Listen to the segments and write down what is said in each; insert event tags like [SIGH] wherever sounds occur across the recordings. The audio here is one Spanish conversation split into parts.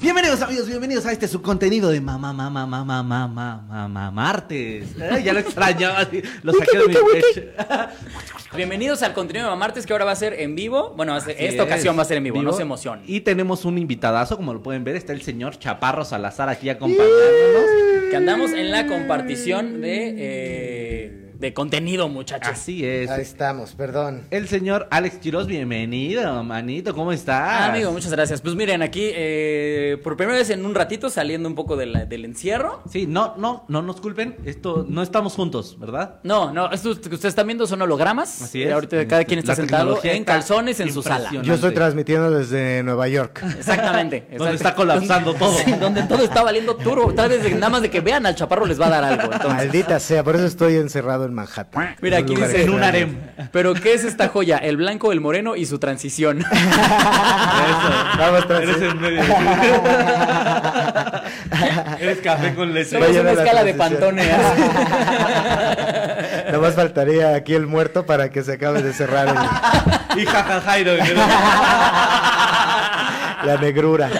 Bienvenidos amigos, bienvenidos a este subcontenido de mamá, mamá, mamá, mamá, mamá, mamá, martes. [LAUGHS] Eh, Ya lo extrañaba, así, lo saqué de mi pecho. Bienvenidos al contenido de Mamartes que ahora va a ser en vivo. Bueno, va a ser- Así esta es. ocasión va a ser en vivo, no se emocionen. Y tenemos un invitadazo, como lo pueden ver, está el señor Chaparro Salazar aquí acompañándonos. Que andamos en la compartición de, eh, de contenido, muchachos. Así es. Ahí estamos, perdón. El señor Alex Quiroz, bienvenido, manito, ¿cómo estás? Ah, amigo, muchas gracias. Pues miren, aquí eh, por primera vez en un ratito saliendo un poco de la- del encierro. Sí, no, no, no nos culpen, esto, no estamos juntos, ¿verdad? No, no, estos que ustedes están viendo son hologramas. Eh, Así es. Ahorita cada quien está La sentado tecnología en está calzones en su sala. impresionante. Yo estoy transmitiendo desde Nueva York. Exactamente. [LAUGHS] Donde exacto. está colapsando todo. [LAUGHS] Sí, donde todo está valiendo turbo. Tal vez de- nada más de que vean al chaparro les va a [LAUGHS] dar algo. Entonces, Maldita sea, por eso estoy encerrado en Manhattan. Mira, Un aquí lugar dice en un extraño. harem. Pero ¿qué es esta joya? El blanco, el moreno y su [LAUGHS] transición. Vamos, transi- Eres en [LAUGHS] medio. Eres café con leche. Somos Vaya una de la escala de transición. Pantone. ¿eh? así. [LAUGHS] Nada más faltaría aquí el muerto para que se acabe de cerrar [LAUGHS] el- Y jaja Jairo. la negrura.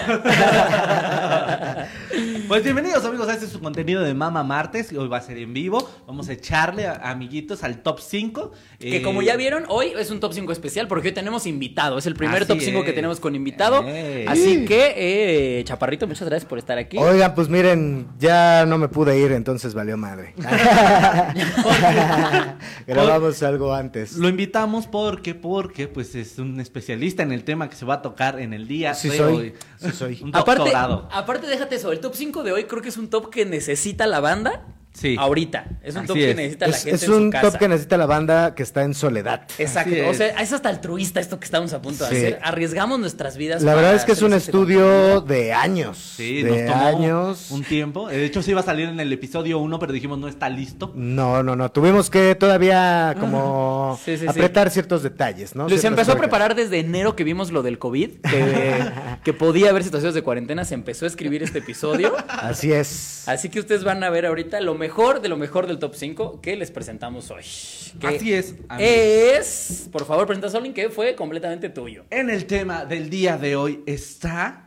Pues bienvenidos amigos a este su contenido de Mama Martes. Hoy va a ser en vivo. Vamos a echarle a- amiguitos al top Eh, 5. que como ya vieron, hoy es un top 5 especial porque hoy tenemos invitado. Es el primer Así top 5 que es. tenemos con invitado. Ey. Así que, eh, Chaparrito, muchas gracias por estar aquí. Oigan, pues miren, ya no me pude ir, entonces [LAUGHS] valió madre. Grabamos algo antes. Lo invitamos porque, porque, pues es un especialista en el tema que se va a tocar en el día Sí de soy, hoy. sí soy. Un Aparte, doctorado. aparte, déjate eso. El top 5 de hoy creo que es un top que necesita la banda. Sí. Ahorita. Es un top Así que es. necesita la Es, gente es en su un casa. top que necesita la banda que está en soledad. Exacto. Así O es. sea, es hasta altruista esto que estamos a punto de Sí. hacer. Arriesgamos nuestras vidas. La para verdad es que es hacer un este estudio de años. Sí, de nos tomó años. un tiempo. Eh, De hecho, sí iba a salir en el episodio 1, pero dijimos no está listo. No, no, no. Tuvimos que Ah, todavía como Sí, sí, sí. apretar ciertos detalles, ¿no? Luis, se Ciertas empezó a tuercas. preparar desde enero que vimos lo del COVID, [LAUGHS] que, que podía haber situaciones de cuarentena, se empezó a escribir este episodio. Así es. Así que ustedes van a ver ahorita lo mejor de lo mejor del top 5 que les presentamos hoy. Que eh, Así es, amigos. Es, por favor, presenta a Solin que fue completamente tuyo. En el tema del día de hoy está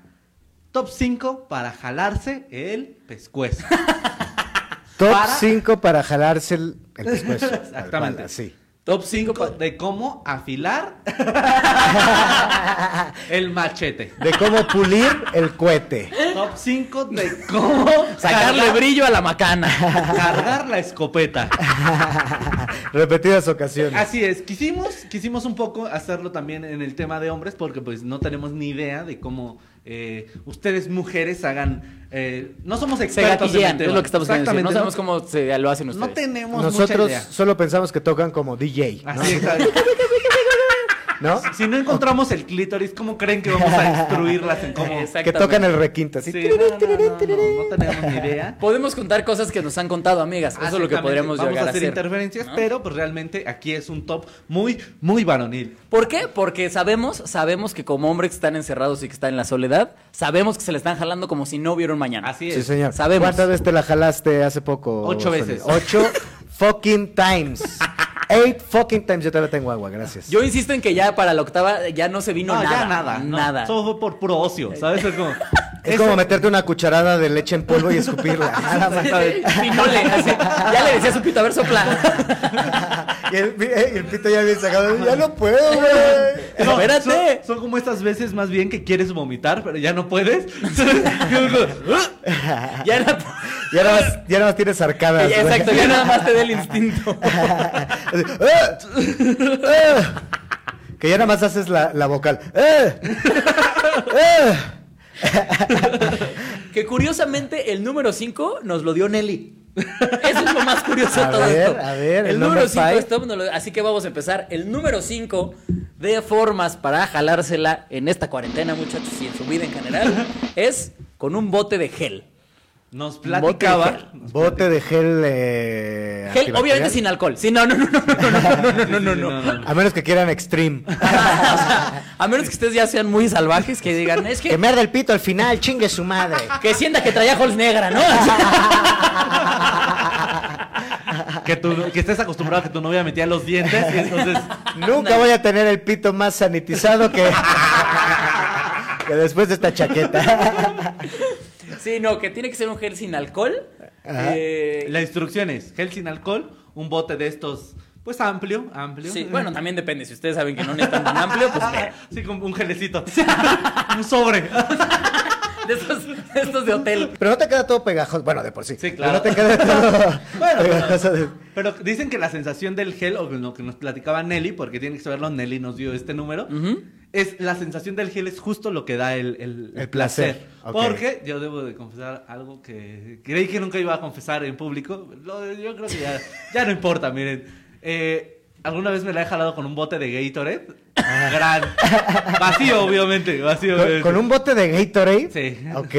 top 5 para jalarse el [LAUGHS] pescuezo. Top para- 5 para jalarse el, el [LAUGHS] pescuezo. Exactamente. Sí. Top 5 de cómo [LAUGHS] afilar el machete. De cómo pulir el cohete. Top 5 [LAUGHS] de cómo Sacarle cargar, brillo a la macana. cargar la escopeta. Repetidas ocasiones. Así es, quisimos, quisimos un poco hacerlo también en el tema de hombres porque pues no tenemos ni idea de cómo eh, ustedes mujeres hagan... eh, no somos Se expertos en el gatillean, tema. es lo que estamos queriendo decir. No Exactamente, sabemos cómo se lo hacen No ustedes. tenemos Nosotros mucha idea. solo pensamos que tocan como DJ, ¿no? Así es. [LAUGHS] ¿No? Ah, Si no encontramos el clítoris, ¿cómo creen que vamos a destruirlas en [LAUGHS] cómo? Exacto. Que tocan el requinto así. Sí, no, no, no, no, no tenemos ni idea. Podemos contar cosas que nos han contado, amigas. Eso es lo que Exactamente, podríamos Vamos llegar a hacer interferencias, pero pues realmente aquí es un top muy, muy varonil. ¿Por qué? Porque sabemos, sabemos que como hombres que están encerrados y que están en la soledad, sabemos que se le están jalando como si no hubiera un mañana. Así es. Sí, señor. Sabemos. ¿Cuántas veces te la jalaste hace poco? Ocho Solís? veces. Ocho [LAUGHS] fucking times. Eight fucking times. Yo todavía tengo agua, gracias. Yo insisto en que ya para la octava ya no se vino No, nada. ya nada. no. Nada. Todo fue por puro ocio, ¿sabes? Es como... Es como meterte una cucharada de leche en polvo y [LAUGHS] escupirla. Nada más. [LAUGHS] Y no le- así, ya le decía a su pito, a ver, sopla. y, el, pi- eh, y el pito ya bien sacado. Ya no puedo, güey. No, [LAUGHS] Espérate. Son, son como estas veces más bien que quieres vomitar, pero ya no puedes. [LAUGHS] Como- Ya era- [LAUGHS] [LAUGHS] Ya nada más, ya nada más tienes arcadas. ya, güey. exacto, ya nada más te da el instinto. Así, ¡ah! ¡ah! Que ya nada más haces la, la vocal. ¡ah! ¡ah! Que curiosamente el número 5 nos lo dio Nelly. Eso es lo más curioso de A todo ver, esto. a ver, el, el número number 5 five. es top, nos lo- así que vamos a empezar. El número 5 de formas para jalársela en esta cuarentena, muchachos, y en su vida en [LAUGHS] general, es con un bote de gel. Nos Bote de platicaba... gel. [LAUGHS] Bote de gel. eh, Gel, obviamente antibacterial. sin alcohol. Sí, no, no, no, no, no, [LAUGHS] no, no, no, no, no. A menos que quieran extreme. O sea, a menos que ustedes ya sean muy salvajes que digan, es que que, merda el pito al final, chingue su [LAUGHS] madre. que sienta que traía holes negra, ¿no? que, tu- que estés acostumbrado a que tu novia metía los dientes y entonces... Nunca voy a tener el pito más sanitizado que, [LAUGHS] que después de esta chaqueta. [LAUGHS] Sí, no, que tiene que ser un gel sin alcohol. Ajá. eh, La instrucción es gel sin alcohol, un bote de estos, pues amplio, amplio. sí, [LAUGHS] bueno, también depende. Si ustedes saben que no necesitan tan amplio, pues mira. Sí, con un gelecito. [LAUGHS] un sobre. De estos, de estos de hotel. Pero no te queda todo pegajoso. Bueno, de por sí. Sí, claro. Pero no te queda todo [LAUGHS] Bueno, pegajoso. de- Pero dicen que la sensación del gel, o lo que nos platicaba Nelly, porque tiene que saberlo, Nelly nos dio este número, Ujú. es la sensación del gel es justo lo que da el, el- El placer, ok. Porque yo debo de confesar algo que creí que nunca iba a confesar en público. Lo- yo creo que [LAUGHS] ya, ya no importa, miren. Eh, Alguna vez me la he jalado con un bote de Gatorade. Gran. Vacío, obviamente. Vacío. Ah. ¿Con, obviamente. con un bote de Gatorade? Sí. ¿Y Ok.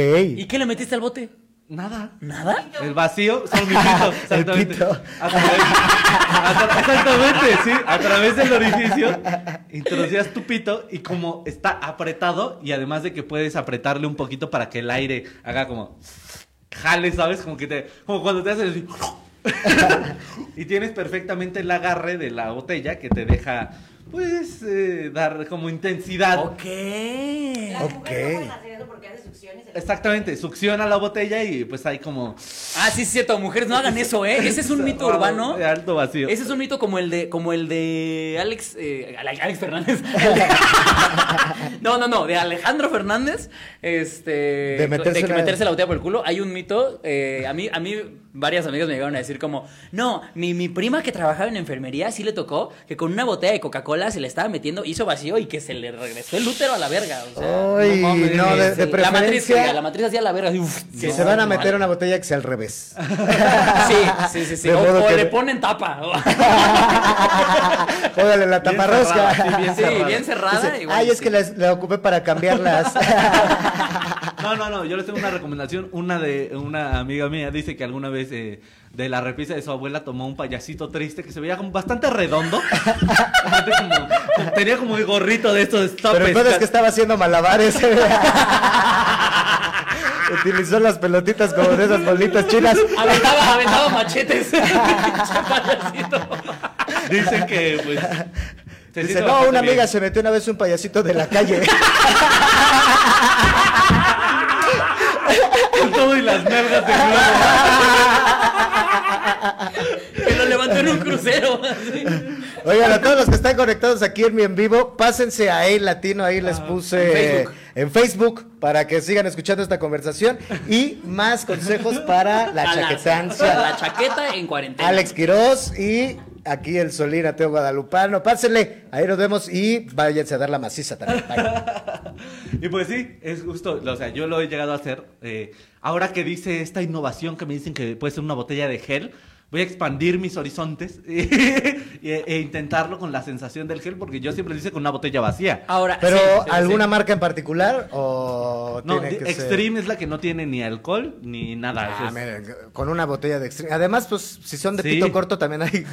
qué le metiste al bote? Nada. ¿Nada? El vacío son mi pito. Exactamente. pito. A través- a tra- exactamente, sí. A través del orificio introducías tu pito y como está apretado y además de que puedes apretarle un poquito para que el aire haga como jale, ¿sabes? Como que te como cuando te haces así. y tienes perfectamente el agarre de la botella que te deja pues eh, dar como intensidad. Ok. Las mujeres no pueden Ok. hacer eso porque hace succiones. el- Exactamente, succiona la botella y pues hay como Ah, sí, es cierto. Mujeres, no hagan eso, ¿eh? Ese es un [LAUGHS] mito urbano. de alto vacío. Ese es un mito como el de, como el de Alex, eh, Ale- Alex [LAUGHS] Fernández. El de- no, no, no, de Alejandro Fernández, este, de, meterse que la- meterse la botella por el culo. Hay un mito. eh, a mí, a mí varias amigas me llegaron a decir como, no, mi, mi prima que trabajaba en enfermería sí le tocó que con una botella de Coca-Cola se le estaba metiendo, hizo vacío y que se le regresó el útero a la verga. O sea, Ay, no mames, no, de, es de el- la matriz, preferencia, oiga, la matriz hacía la verga. así, uf, si no, se van a no, meter no. una botella que sea [LAUGHS] al revés. [LAUGHS] Sí, sí, sí, sí. De O, modo o que- le ponen tapa. Órale, la Bien taparrosca. cerrada, sí, bien Sí, cerrada. bien cerrada. [LAUGHS] Dice, igual, Ay, es sí. que la, [LAUGHS] la ocupé para [LAUGHS] cambiarlas. No, no, no, yo les tengo una recomendación. Una de una amiga mía dice que alguna vez eh, de la repisa de su abuela tomó un payasito triste que se veía como bastante redondo. Bastante como- tenía como el gorrito de estos stop Pero entonces que estaba [LAUGHS] haciendo malabares. Utilizó las pelotitas como de esas bolitas chinas. Aventaba, aventaba machetes. [LAUGHS] Chapacito. Dicen que pues. se Dice, siente no, bastante una amiga bien". se metió una vez un payasito de la [LAUGHS] calle. Con todo y las mergas de globo. que lo levantó en un crucero. así. Oigan, a todos los que están conectados aquí en mi en vivo, pásense a El Latino, ahí les puse Ah, en eh, Facebook. en Facebook para que sigan escuchando esta conversación y más consejos para la A [LAUGHS] chaquetancia. a La chaqueta en cuarentena. Alex Quiroz y aquí el Solín Ateo Guadalupano. Pásenle, ahí nos vemos y váyanse a dar la [LAUGHS] maciza también. Bye. Y pues sí, es justo, o sea, yo lo he llegado a hacer. eh, ahora que dice esta innovación que me dicen que puede ser una botella de gel, voy a expandir mis horizontes [LAUGHS] e, e intentarlo con la sensación del gel, porque yo siempre lo hice con una botella vacía. Ahora. Pero, sí, sí, ¿alguna sí. marca en particular o No, tiene que di- ser- Extreme es la que no tiene ni alcohol ni nada. Ah, eso es- mira, con una botella de extreme. Además, pues, si son de Sí. pito corto, también hay [LAUGHS]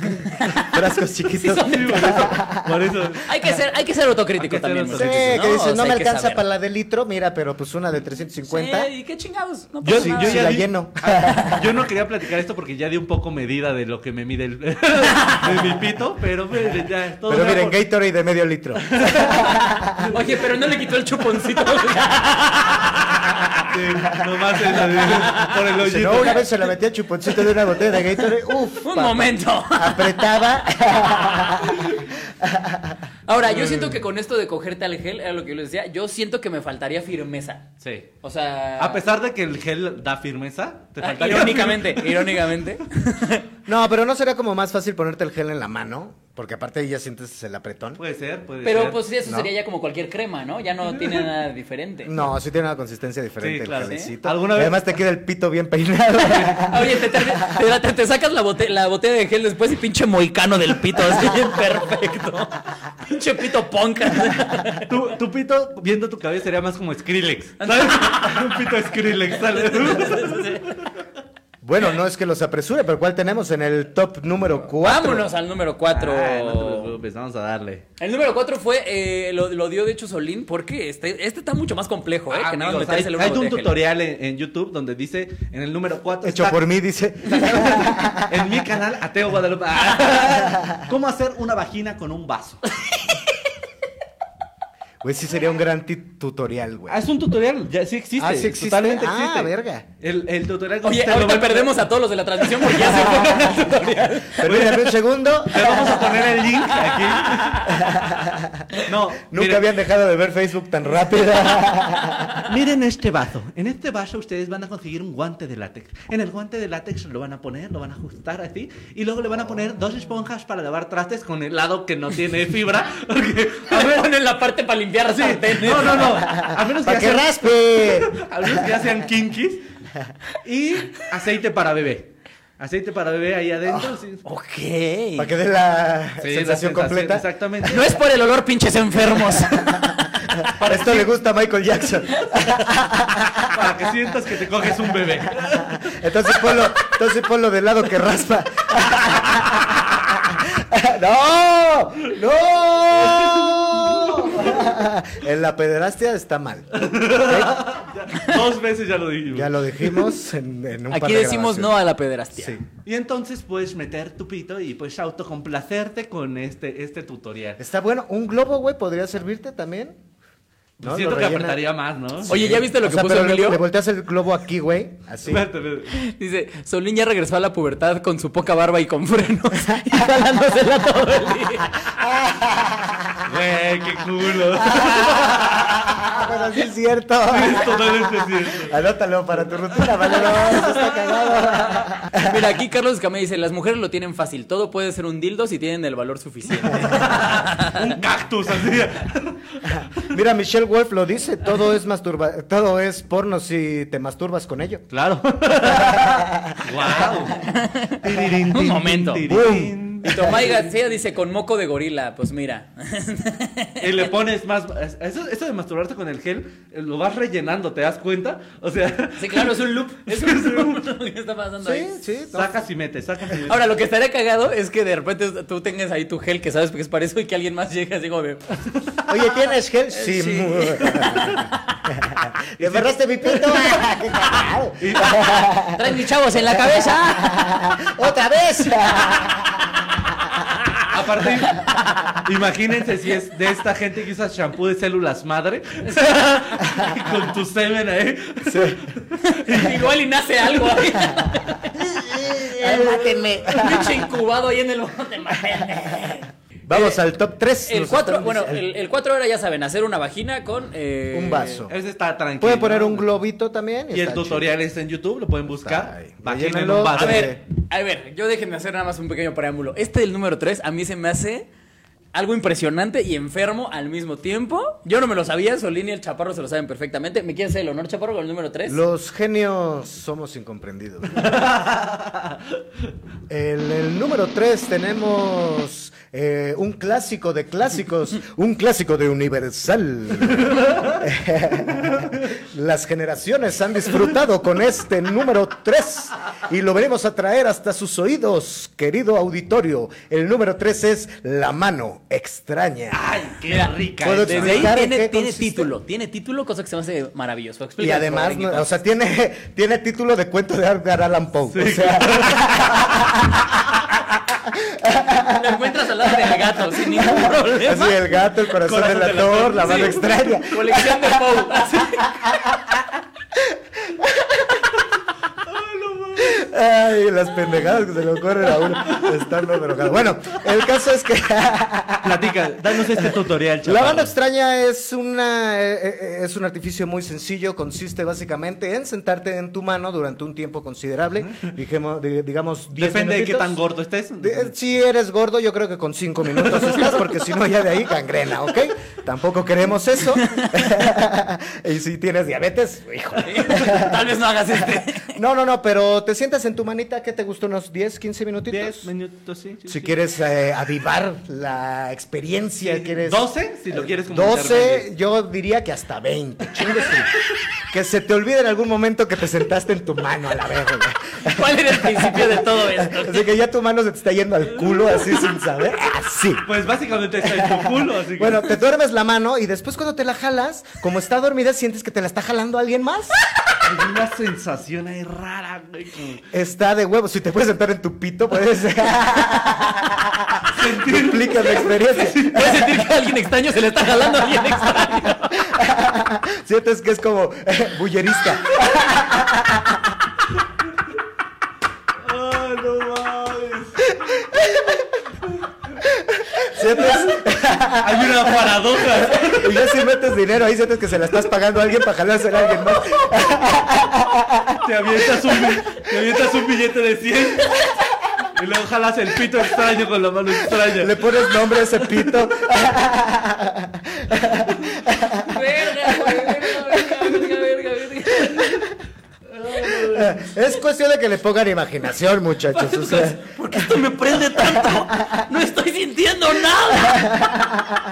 [LAUGHS] frascos Sí, chiquitos. son de- [LAUGHS] Sí, por eso, por eso. Hay que ser, hay que ser autocrítico Hay que ser también. Sí, autocrítico. muchachos, que O dices, sea, no hay me que alcanza saber. para la de litro, mira, pero pues una de 350. Sí, ¿Y qué chingados? No Yo, pasa sí, nada. yo Si ya la di- lleno. [LAUGHS] Ah, yo no quería platicar esto porque ya di un poco medida de lo que me mide el, [LAUGHS] de mi pito, pero miren, ya todo pero sea miren, por- Gatorade de medio litro. Oye, pero no le quitó el [LAUGHS] chuponcito. Sí, nomás el- el- por el Dice, hoyito. no, una vez se la metí a chuponcito de una botella de Gatorade. Uf, Un papá. momento. Apretaba. Ahora, yo siento que con esto de cogerte al gel, era lo que yo les decía, yo siento que me faltaría firmeza. Sí. O sea. A pesar de que el gel da firmeza, te Ah, faltaría- irónicamente, irónicamente. No, pero no sería como más fácil ponerte el gel en la mano, porque aparte ahí ya sientes el apretón. [LAUGHS] Puede ser, puede ser. Pero pues [LAUGHS] sí, eso ¿No? sería ya como cualquier crema, ¿no? [LAUGHS] Ya no tiene nada diferente. No, sí tiene una consistencia diferente Sí, el claro. gelecito. ¿Sí? ¿Alguna vez- Además te queda el pito bien peinado. Ah, Oye, te, termi- te- te sacas la, bote- la botella de gel después y pinche moicano del pito, así [LAUGHS] bien perfecto. Pinche pito punk. Tu, tu pito, viendo tu cabeza, [LAUGHS] sería más como Skrillex. ¿Sabes? Un pito Skrillex, ¿sabes? Bueno, no es que los apresure, pero ¿cuál tenemos en el top número 4? Vámonos al número 4. Ah, no te preocupes, vamos a darle. El número 4 fue, eh, lo, lo dio de hecho Solín, porque este, este está mucho más complejo, ¿eh? que Ah, nada más Amigos, meterse hay, en hay una un botella de gel. tutorial en, en YouTube donde dice en el número 4 Hecho por mí, dice. [LAUGHS] en mi canal Ateo [LAUGHS] Guadalupe. Ah. ¿Cómo hacer una vagina con un vaso? Güey, Pues sí sería un gran ti- tutorial, güey. Ah, es un tutorial, ya sí existe. Ah, sí existe. Totalmente Ah, existe. verga. El, el tutorial Oye, te lo ahorita voy a- perdemos [LAUGHS] a todos los de la transmisión porque ya se fueron al tutorial. Permítame un segundo. Te vamos a poner el link [LAUGHS] aquí. No, Nunca miren, habían dejado de ver Facebook tan rápido. Miren este vaso. En este vaso ustedes van a conseguir un guante de látex. En el guante de látex lo van a poner, lo van a ajustar así. Y luego le van a poner dos esponjas para lavar trastes con el lado que no tiene fibra. [LAUGHS] Porque, a Me ver, ponen la parte para limpiar sí, sartenes. no, no, no. A menos que ¡Para que hacer- raspe! A menos que ya sean kinkies. Y aceite para bebé. Aceite para bebé ahí adentro. sí. Ok. Para que Sí, dé la la Ah. Oh, sensación completa. Exactamente. No es por el olor, pinches enfermos. Esto le gusta a Michael Jackson. Para que sientas que te coges un bebé. Entonces ponlo, entonces ponlo del lado que raspa. [LAUGHS] ¡No! ¡No! En la pederastia está mal. Dos veces ya lo dijimos. Ya lo dijimos en, en un par Aquí de decimos no grabaciones. a la pederastia. Sí. Y entonces puedes meter tu pito y pues autocomplacerte con este, este tutorial. Está bueno. ¿Un globo, güey, podría servirte también? Pues ¿No? siento Lo que rellena. apretaría más, ¿no? Oye, ¿ya viste lo O que sea, puso pero le- Emilio? Le volteas el globo aquí, güey. Así. [LAUGHS] Espérate, espérate. [LAUGHS] Dice, Solín ya regresó a la pubertad con su poca barba y con frenos [LAUGHS] y jalándosela todo el día. Güey, qué [LAUGHS] culo. Ah, bueno, sí es cierto. Esto no lo estoy haciendo. Anótalo para tu rutina, Valero. Eso está cagado. Mira, aquí Carlos Escamé dice, las mujeres lo tienen fácil, todo puede ser un dildo si tienen el valor suficiente. [LAUGHS] Un cactus así. Mira, Michelle Wolf lo dice, todo es masturba, todo es porno si te masturbas con ello. [LAUGHS] Claro. wow. Un momento. Boom. Y Tomay García dice, con moco de gorila, pues mira. [LAUGHS] Y le pones más. Eso, eso de masturbarte con el gel, eh, lo vas rellenando, ¿te das cuenta? O sea, Sí, claro, [LAUGHS] es un loop. Es [LAUGHS] un loop lo que está pasando ahí. sí. no. sacas y metes, sacas y metes. Ahora, lo que estaría cagado es que de repente tú tengas ahí tu gel que sabes que es para eso y que alguien más llegue así como de... Oye, ¿tienes gel? Sí. Eh, Sí. mu- [LAUGHS] ¿Le agarraste mi pito? Ah, ¡Qué cagado! ¡Traen mis chavos en la cabeza! [LAUGHS] ¡Otra vez! Aparte, imagínense si es de esta gente que usa shampoo de células madre. [LAUGHS] con tu semen ahí. Igual y nace algo ahí. ¡Máteme! Un pinche incubado ahí en el bote, Vamos al top 3. El 4, bueno, el, el 4 era, ya saben, hacer una vagina con... eh, Un vaso. Ese está tranquilo. Puede poner un globito también. Y el está tutorial está en YouTube, lo pueden Está buscar. ahí. Vagina en Rellénalo. un A vaso. ver, a ver, yo déjenme hacer nada más un pequeño preámbulo. Este del número 3 a mí se me hace algo impresionante y enfermo al mismo tiempo. Yo no me lo sabía, Solín y el Chaparro se lo saben perfectamente. ¿Me quieres hacer el honor, Chaparro, con el número 3? chido. Los genios somos incomprendidos. El, el número 3 tenemos eh, un clásico de clásicos, un clásico de Universal. [LAUGHS] Las generaciones han disfrutado con este número 3 y lo veremos a traer hasta sus oídos, querido auditorio. El número 3 es La mano extraña. Qué rica. ¿Puedo es. Desde ahí explicar en tiene, qué tiene consiste? título, tiene título, cosa que se me hace maravilloso. Y Explícanos, además, Rodrigo. no, o sea, tiene, tiene título de cuento de Edgar Allan Poe. o sea, la encuentras al lado del gato, sin ningún problema. así el gato, el corazón, Corazón del del actor, actor, [LAUGHS] la mano Sí. extraña. Colección de Poe. [LAUGHS] así. Ay, las pendejadas que se le ocurren a uno estando drogado. Bueno, el caso es que Platica, danos este tutorial, La chaval. banda extraña es una eh, eh, es un artificio muy sencillo, consiste básicamente en sentarte en tu mano durante un tiempo considerable, dijemo- di- digamos 10 Depende de qué minutitos. tan gordo estés. De- eh, si eres gordo, yo creo que con cinco minutos estás, porque si no, ya de ahí gangrena, ¿ok? Tampoco queremos eso. [LAUGHS] y si tienes diabetes, híjole. [LAUGHS] Tal vez no hagas este. No, no, no, pero te sientas en tu manita, ¿qué te gusta? ¿Unos 10, 15 minutitos? 10 minutos, sí. sí, Si sí. quieres eh, avivar la experiencia, Sí, quieres... Eh, 12, si lo quieres como 12, intermedio. yo diría que hasta 20. chingue su- Que se te olvide en algún momento que te sentaste en tu mano a la verga. ¿Cuál era el principio de todo esto? Así que ya tu mano se te está yendo al culo así sin saber. Así. Pues básicamente está en tu culo, así que. Bueno, te duermes la mano y después cuando te la jalas, como está dormida, sientes que te la está jalando alguien más. Hay una sensación ahí rara, güey. como Está de huevo. Si te puedes sentar en tu pito, puedes. [LAUGHS] Sentir. Duplica la experiencia. Puedes sentir que alguien extraño se le está jalando a alguien extraño. Sientes que es como eh, bullerista. Ah, no mames. Sientes. Hay una paradoja. Y ya si metes dinero ahí, sientes que se la estás pagando a alguien para jalarse a alguien más. Te avientas un, bi- te avientas un billete de 100. Y luego jalas el pito extraño con la mano extraña. Le pones nombre a ese pito. Verga, güey, verga, verga, verga, verga. Es cuestión de que le pongan imaginación, muchachos. Pues, o sea. ¿Por qué esto me prende tanto? No estoy sintiendo nada.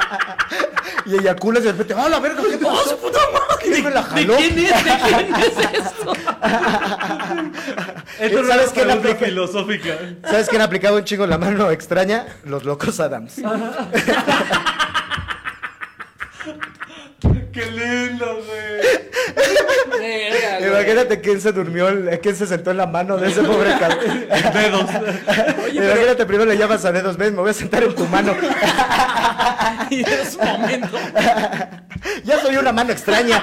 y eyaculas y de repente, ¡ah, la verga! ¿Qué te ¡Oh, pasó? su puta madre! ¿Quién me la ¿De jaló? quién es? ¿De quién es esto? Esto no ¿Sabes es una qué le pregunta aplica? filosófica. ¿Sabes quién aplicaba un chingo la mano extraña? Los locos Adams. Qué lindo, güey. Verga, güey. Imagínate quién se durmió, el- quién se sentó en la mano de ese pobre cabrón. Dedos. Imagínate, primero le llamas a dedos, ven, me voy a sentar en tu mano. Y en su momento. Ya soy una mano extraña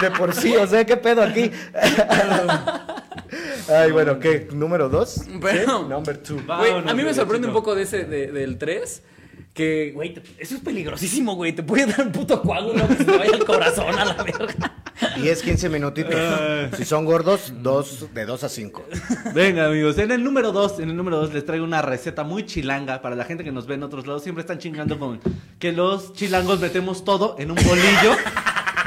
de por sí, o sea, ¿qué pedo aquí? Ay, bueno, ¿qué? ¿Número dos? Bueno. ¿Sí? Number two. Güey, Vámonos, a mí me güey, sorprende un chico. poco de ese, de- del 3. Que, güey, te- eso es peligrosísimo, güey. Te puede dar un puto coágulo que se te vaya el corazón a la verga. 10, 15 minutitos. Ah. Si son gordos, dos, de 2 a 5. Venga, amigos, en el número 2, en el número 2 les traigo una receta muy chilanga para la gente que nos ve en otros lados. Siempre están chingando con que los chilangos metemos todo en un bolillo.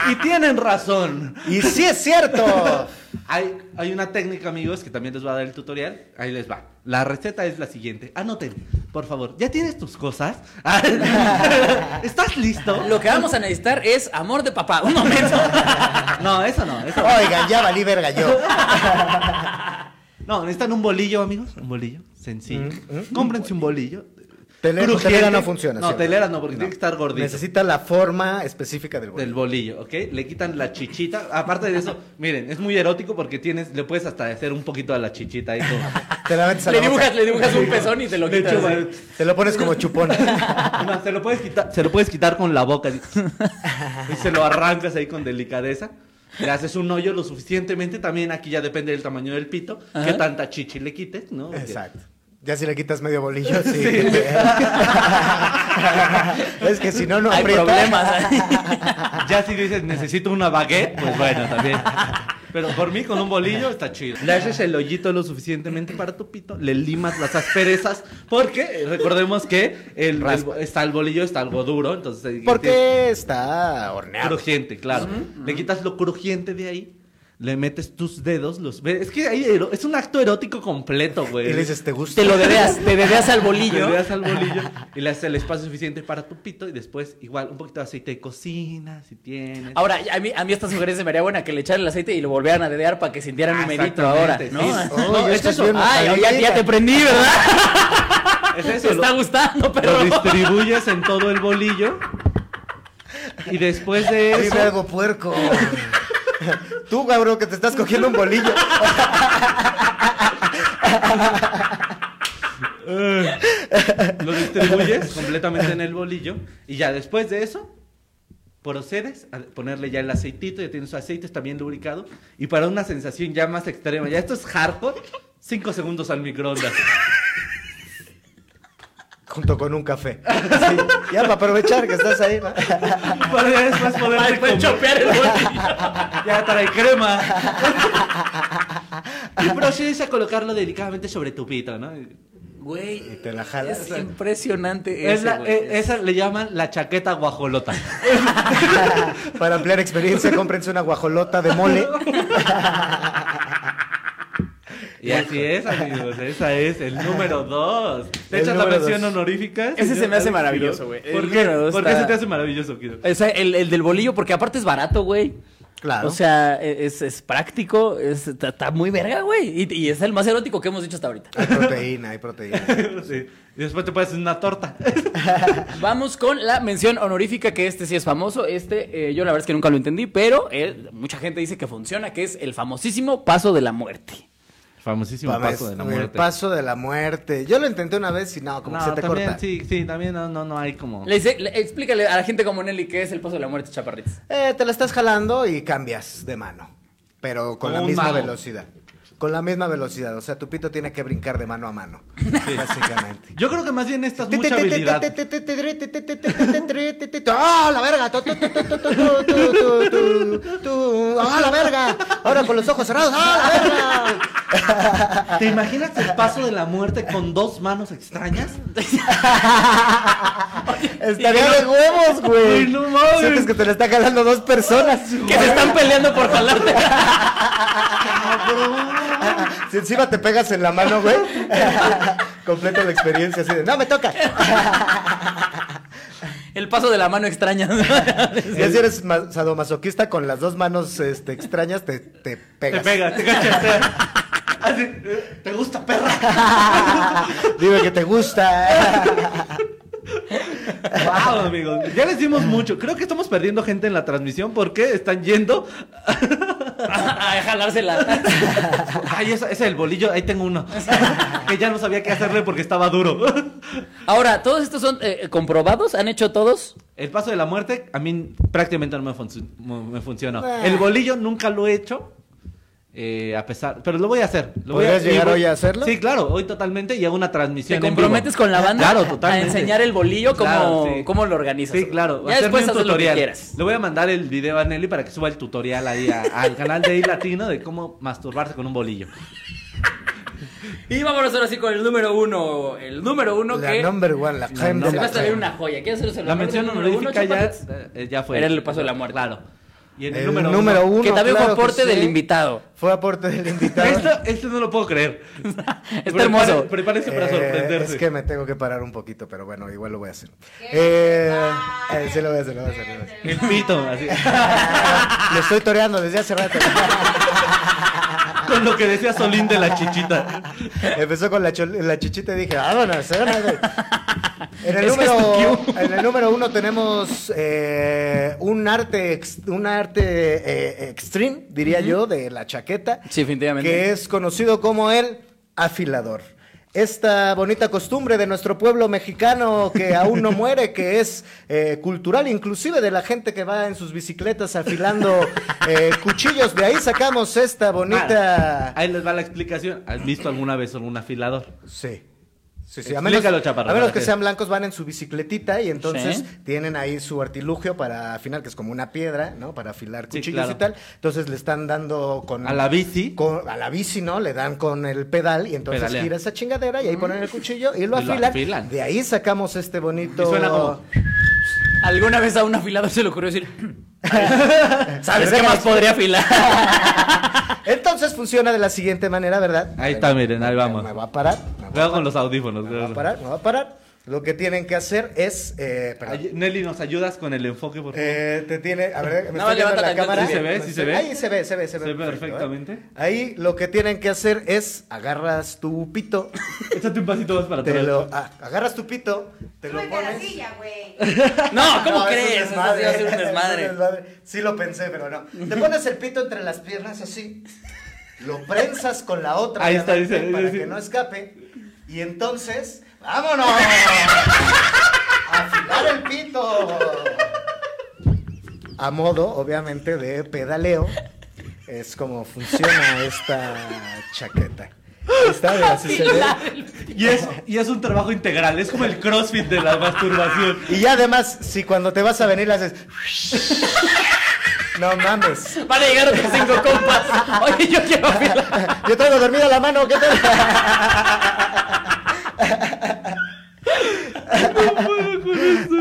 y tienen razón. Y sí es cierto. Hay, hay una técnica, amigos, que también les va a dar el tutorial. Ahí les va. La receta es la siguiente. Anoten, por favor. ¿Ya tienes tus cosas? [LAUGHS] ¿Estás listo? Lo que vamos a necesitar es amor de papá. Un momento. No, eso no. Eso no. Oigan, ya valí verga yo. no, necesitan un bolillo, amigos. Un bolillo. Sencillo. Cómprense un bolillo. Tele- Crujiente. telera no funciona, No, ¿cierto? telera no, porque No. tiene que estar gordito. Necesita la forma específica del del bolillo. bolillo, ¿ok? Le quitan la chichita. Aparte de [LAUGHS] eso, miren, es muy erótico porque tienes, le puedes hasta hacer un poquito a la chichita ahí como. Te la metes a la Le dibujas, boca. le dibujas un pezón y te [LAUGHS] lo De quitas. hecho, güey. bueno, Te lo pones como [LAUGHS] chupón. no, se lo puedes quitar, se lo puedes quitar con la boca [LAUGHS] así. y se lo arrancas ahí con delicadeza. Le haces un hoyo lo suficientemente, también aquí ya depende del tamaño del pito, Ajá. qué tanta chichi le quites, ¿no? Porque- Exacto. Ya si le quitas medio bolillo, sí. [LAUGHS] es que si no, no Hay aprieta. problemas. ¿eh? [LAUGHS] Ya si dices necesito una baguette, pues bueno, también. Pero por mí con un bolillo está chido. Le haces el hoyito lo suficientemente para tu pito, le limas las asperezas, porque eh, recordemos que el, el- está el bolillo, está algo duro, entonces eh, tiene- Porque está horneado. crujiente, claro. Le quitas lo crujiente de ahí. Le metes tus dedos, los ve- Es que ahí ero- es un acto erótico completo, Y güey. le dices, ¿te gusta? Te lo dedeas, te dedeas al Le bolillo. das al bolillo y le haces el espacio suficiente para tu pito y después igual un poquito de aceite de cocina, si tienes. Ahora, a mí, a mí esta sugerencia me haría buena que le echaran el aceite y lo volvieran a dedear para que sintieran Ah, un merito ahora, exactamente, ¿no? sí. Oh, No, ya es estás eso. viendo Ay, esta ya, ya te dieta. prendí, ¿verdad? Es eso. Te está lo- gustando, Lo pero. distribuyes en todo el bolillo. Y después de Dime eso. algo puerco. [LAUGHS] Tú, Gabriel, que te estás cogiendo un bolillo. Lo distribuyes completamente en el bolillo. Y ya después de eso. Procedes a ponerle ya el aceitito, ya tienes su aceite, está bien lubricado. Y para una sensación ya más extrema, ya esto es hardcore, 5 segundos al microondas. Junto con un café. Sí, ya para aprovechar que estás ahí. ¿va? Para ya después [LAUGHS] Para poderle después comer. chopear el bolillo. Ya trae crema. [LAUGHS] Y procedes a colocarlo delicadamente sobre tu pito, ¿no? Güey. Y te la jalas. Es impresionante Es ese, la- güey. eh, esa le llaman la chaqueta guajolota. Para ampliar experiencia, cómprense una guajolota de ¿Eh? mole. [LAUGHS] Y así es, amigos. Esa es el número dos. ¿Te El echas la número mención dos. honorífica? Ese señor se me hace Alex maravilloso, Quiroz? güey. El ¿Por qué? número dos ¿Por qué está- se te hace maravilloso, Kiro? O sea, el, el del bolillo, porque aparte es barato, güey. Claro. O sea, e, es, es práctico, es- está, está muy verga, güey. Y, y es el más erótico que hemos dicho hasta ahorita. Hay proteína, hay proteína. [LAUGHS] Sí. Y después te puedes hacer una torta. Vamos con la mención honorífica, que este sí es famoso. Este, eh, yo la verdad es que nunca lo entendí, pero eh, mucha gente dice que funciona, que es el famosísimo paso de la muerte. [LAUGHS] Famosísimo Pame- paso de la El muerte. paso de la muerte. Yo lo intenté una vez y no, como no, que se te también, corta. sí, sí, también no, no, no hay como. Le dice- le- explícale a la gente como Nelly qué es el paso de la muerte, chaparritos. Eh, te la estás jalando y cambias de mano. Pero con Como la un misma mago. velocidad. Con la misma velocidad. O sea, tu pito tiene que brincar de mano [LAUGHS] a mano. Básicamente. Yo creo que más bien esta es mucha habilidad. ¡Ah, la verga! Tu, tu, tu, tu, tu, tu, tu, tu, tu, tu. ¡Ah, la verga! Ahora con los ojos cerrados. ¡Ah, la verga! [LAUGHS] ¿Te imaginas el paso de la muerte con dos manos extrañas? Estaría de huevos, güey. Ay, no mames. Sientes que te la está jalando dos personas. Que se están peleando por jalarte. [LAUGHS] Si encima te pegas en la mano, güey. [LAUGHS] Completa la experiencia así de, no me toca. El paso de la mano extraña. [LAUGHS] Ya si eres ma- sadomasoquista con las dos manos este, extrañas, te, te Te pegas. pega, te cachas. [LAUGHS] Así, eh, ¿Te gusta, perra? [LAUGHS] Dime que [LAUGHS] te gusta. Wow, amigos. Ya les dimos mucho. Creo que estamos perdiendo gente en la transmisión porque están yendo. [LAUGHS] a jalársela. Ay, ese ese es el bolillo. Ahí tengo uno. [LAUGHS] Que ya no sabía qué hacerle porque estaba duro. [LAUGHS] Ahora, ¿todos estos son eh, comprobados? ¿Han hecho todos? El paso de la muerte a mí prácticamente no me, func- mo- me funcionó. El bolillo nunca lo he hecho. eh, a pesar, pero lo voy a hacer. Lo voy ¿Podrías y llegar voy- hoy a hacerlo? Sí, claro, hoy totalmente y hago una transmisión. ¿Te en vivo. comprometes con la banda Claro, a totalmente. enseñar el bolillo cómo, Claro, sí. cómo lo organizas? Sí, claro. Ya hacerme después un haces lo que tutorial. quieras. Le voy a mandar el video a Nelly para que suba el tutorial ahí a- al canal de I Latino de cómo masturbarse con un bolillo. Y vámonos ahora sí con el número uno. El número uno La que number one, la creme se de va a la salir creme. una joya. ¿Quieres hacer La mención honorífica ya, eh, ya fue. Era el paso de la muerte. Claro. Y en el, El número, número uno. uno, que también fue claro que aporte sí. del invitado. Fue [LAUGHS] aporte del invitado. Esto, esto este no lo puedo creer. Está hermoso. Prepare- Prepárense para Eh, sorprenderse. es que me tengo que parar un poquito, pero bueno, igual lo voy a hacer. ¿Qué? Eh, Ay. eh, sí lo voy a hacer, lo voy a hacer. Lo, voy a hacer. El pito, así. Lo estoy toreando desde [LAUGHS] hace rato. Con lo que decía Solín de la chichita. Empezó con la, chol- la chichita y dije, "Ah, vámonos, [LAUGHS] vámonos, güey". En el, Ese es número, tu cue. en el número uno tenemos eh, un arte, ex- un arte eh, extreme, diría yo, de la chaqueta. Sí, definitivamente. Que es conocido como el afilador. Esta bonita costumbre de nuestro pueblo mexicano que [LAUGHS] aún no muere, que es eh, cultural, inclusive de la gente que va en sus bicicletas afilando eh, cuchillos. De ahí sacamos esta bonita... Ahí les va la explicación. ¿Has visto alguna vez algún afilador? Sí. Sí, sí. A menos, Explícalo, chaparro, a menos que gracias. sean blancos, van en su bicicletita y entonces Sí. tienen ahí su artilugio para afinar, que es como una piedra, ¿no? Para afilar Sí, cuchillos claro. y tal. Entonces le están dando con... A la bici. con- a la bici, ¿no? Le dan con el pedal y entonces Pedalea. Mm. gira esa chingadera y ahí ponen el cuchillo y lo Y lo afilan. afilan. De ahí sacamos este bonito... Y suena como- ¿Alguna vez a un afilador se le ocurrió decir, ¿sabes Pero qué déjame- más podría afilar? [LAUGHS] Entonces funciona de la siguiente manera, ¿verdad? Ahí está, miren, ahí vamos. Me va a parar. Me va Cuidado con los audífonos. me va cuidado. a parar, me va a parar. Lo que tienen que hacer es... eh, perdón. Ay, Nelly, ¿nos ayudas con el enfoque, por favor? Eh, te tiene, a ver, me No, está viendo levanta la la cámara. ¿Sí se ve? ¿Sí se ve? Ahí se ve, se ve, se ve. Se ve perfecto, perfectamente. ¿eh? Ahí lo que tienen que hacer es agarras tu pito, Échate un pasito más para te atrás. lo ah, agarras tu pito, te lo Súbete a la pones. silla, güey. No, [LAUGHS] ¿cómo No, es un crees? Eso sí va a ser un desmadre. es un desmadre. Sí lo pensé, pero no. Te pones el pito entre las piernas así. Lo prensas con la otra Ahí está, obviamente, dice, dice, para sí. que no escape. Y entonces, vámonos. Afilar el pito. A modo, obviamente, de pedaleo. Es como funciona esta chaqueta. Ahí Está, mira, así se ve. Y es, y es un trabajo integral, es como el crossfit de la masturbación. Y ya además, si cuando te vas a venir le [LAUGHS] haces. [LAUGHS] No mames. Van a llegar otros cinco compas. Oye, yo quiero afilar. Yo traigo dormida la mano, ¿qué tal?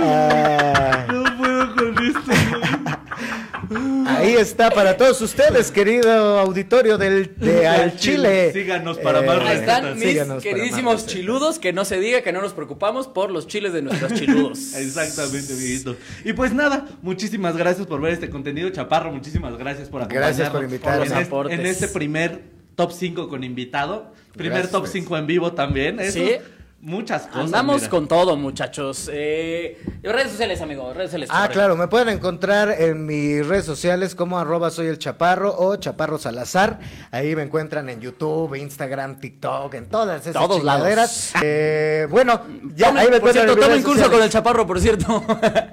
Ah, No puedo con esto. Ahí está para todos ustedes, querido auditorio del, de Al Chile. Eh, Síganos para más Ahí Recetas. están mis síganos para más queridísimos recetas. chiludos, que no se diga que no nos preocupamos por los chiles de nuestros chiludos. Exactamente, amiguito. Y pues nada, muchísimas gracias por ver este contenido, Chaparro. Muchísimas gracias por acompañarnos. Gracias por En, invitarnos. Por los este- aportes. en este primer top 5 con invitado. Primer Gracias. pues. top 5 en vivo también. Eso Sí. es Muchas cosas. Andamos mira. con todo, muchachos. Eh, redes sociales, amigo, redes sociales. Ah, corre. claro, me pueden encontrar en mis redes sociales como arroba soy el chaparro o chaparro salazar. Ahí me encuentran en YouTube, Instagram, TikTok, en todas esas Todos lados. chingaderas. Eh, bueno, ya Tomen- ahí me por encuentran cierto, en mis tomen redes curso con el sociales. chaparro, por cierto.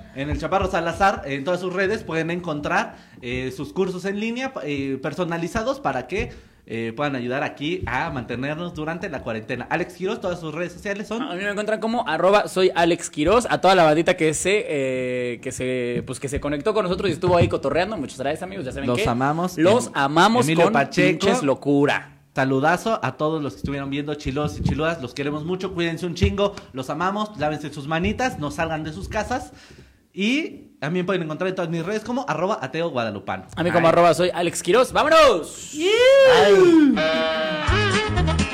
[LAUGHS] En el Chaparro Salazar, en todas sus redes, pueden encontrar eh, sus cursos en línea eh, personalizados para que eh, puedan ayudar aquí a mantenernos durante la cuarentena. Alex Quiroz, todas sus redes sociales son. A mí me encuentran como arroba soy Alex Quiroz, a toda la bandita que se, eh, que se, pues que se conectó con nosotros y estuvo ahí cotorreando. Muchas gracias, amigos. Ya saben Los que amamos. Los Em- amamos Emilio con Pacheco. pinches locura. Saludazo a todos los que estuvieron viendo chilos y chiludas, los queremos mucho, cuídense un chingo, los amamos, lávense sus manitas, no salgan de sus casas y también pueden encontrar en todas mis redes como arroba ateo guadalupano. A mí como Ay. arroba soy Alex Quiroz. ¡Vámonos! Ay.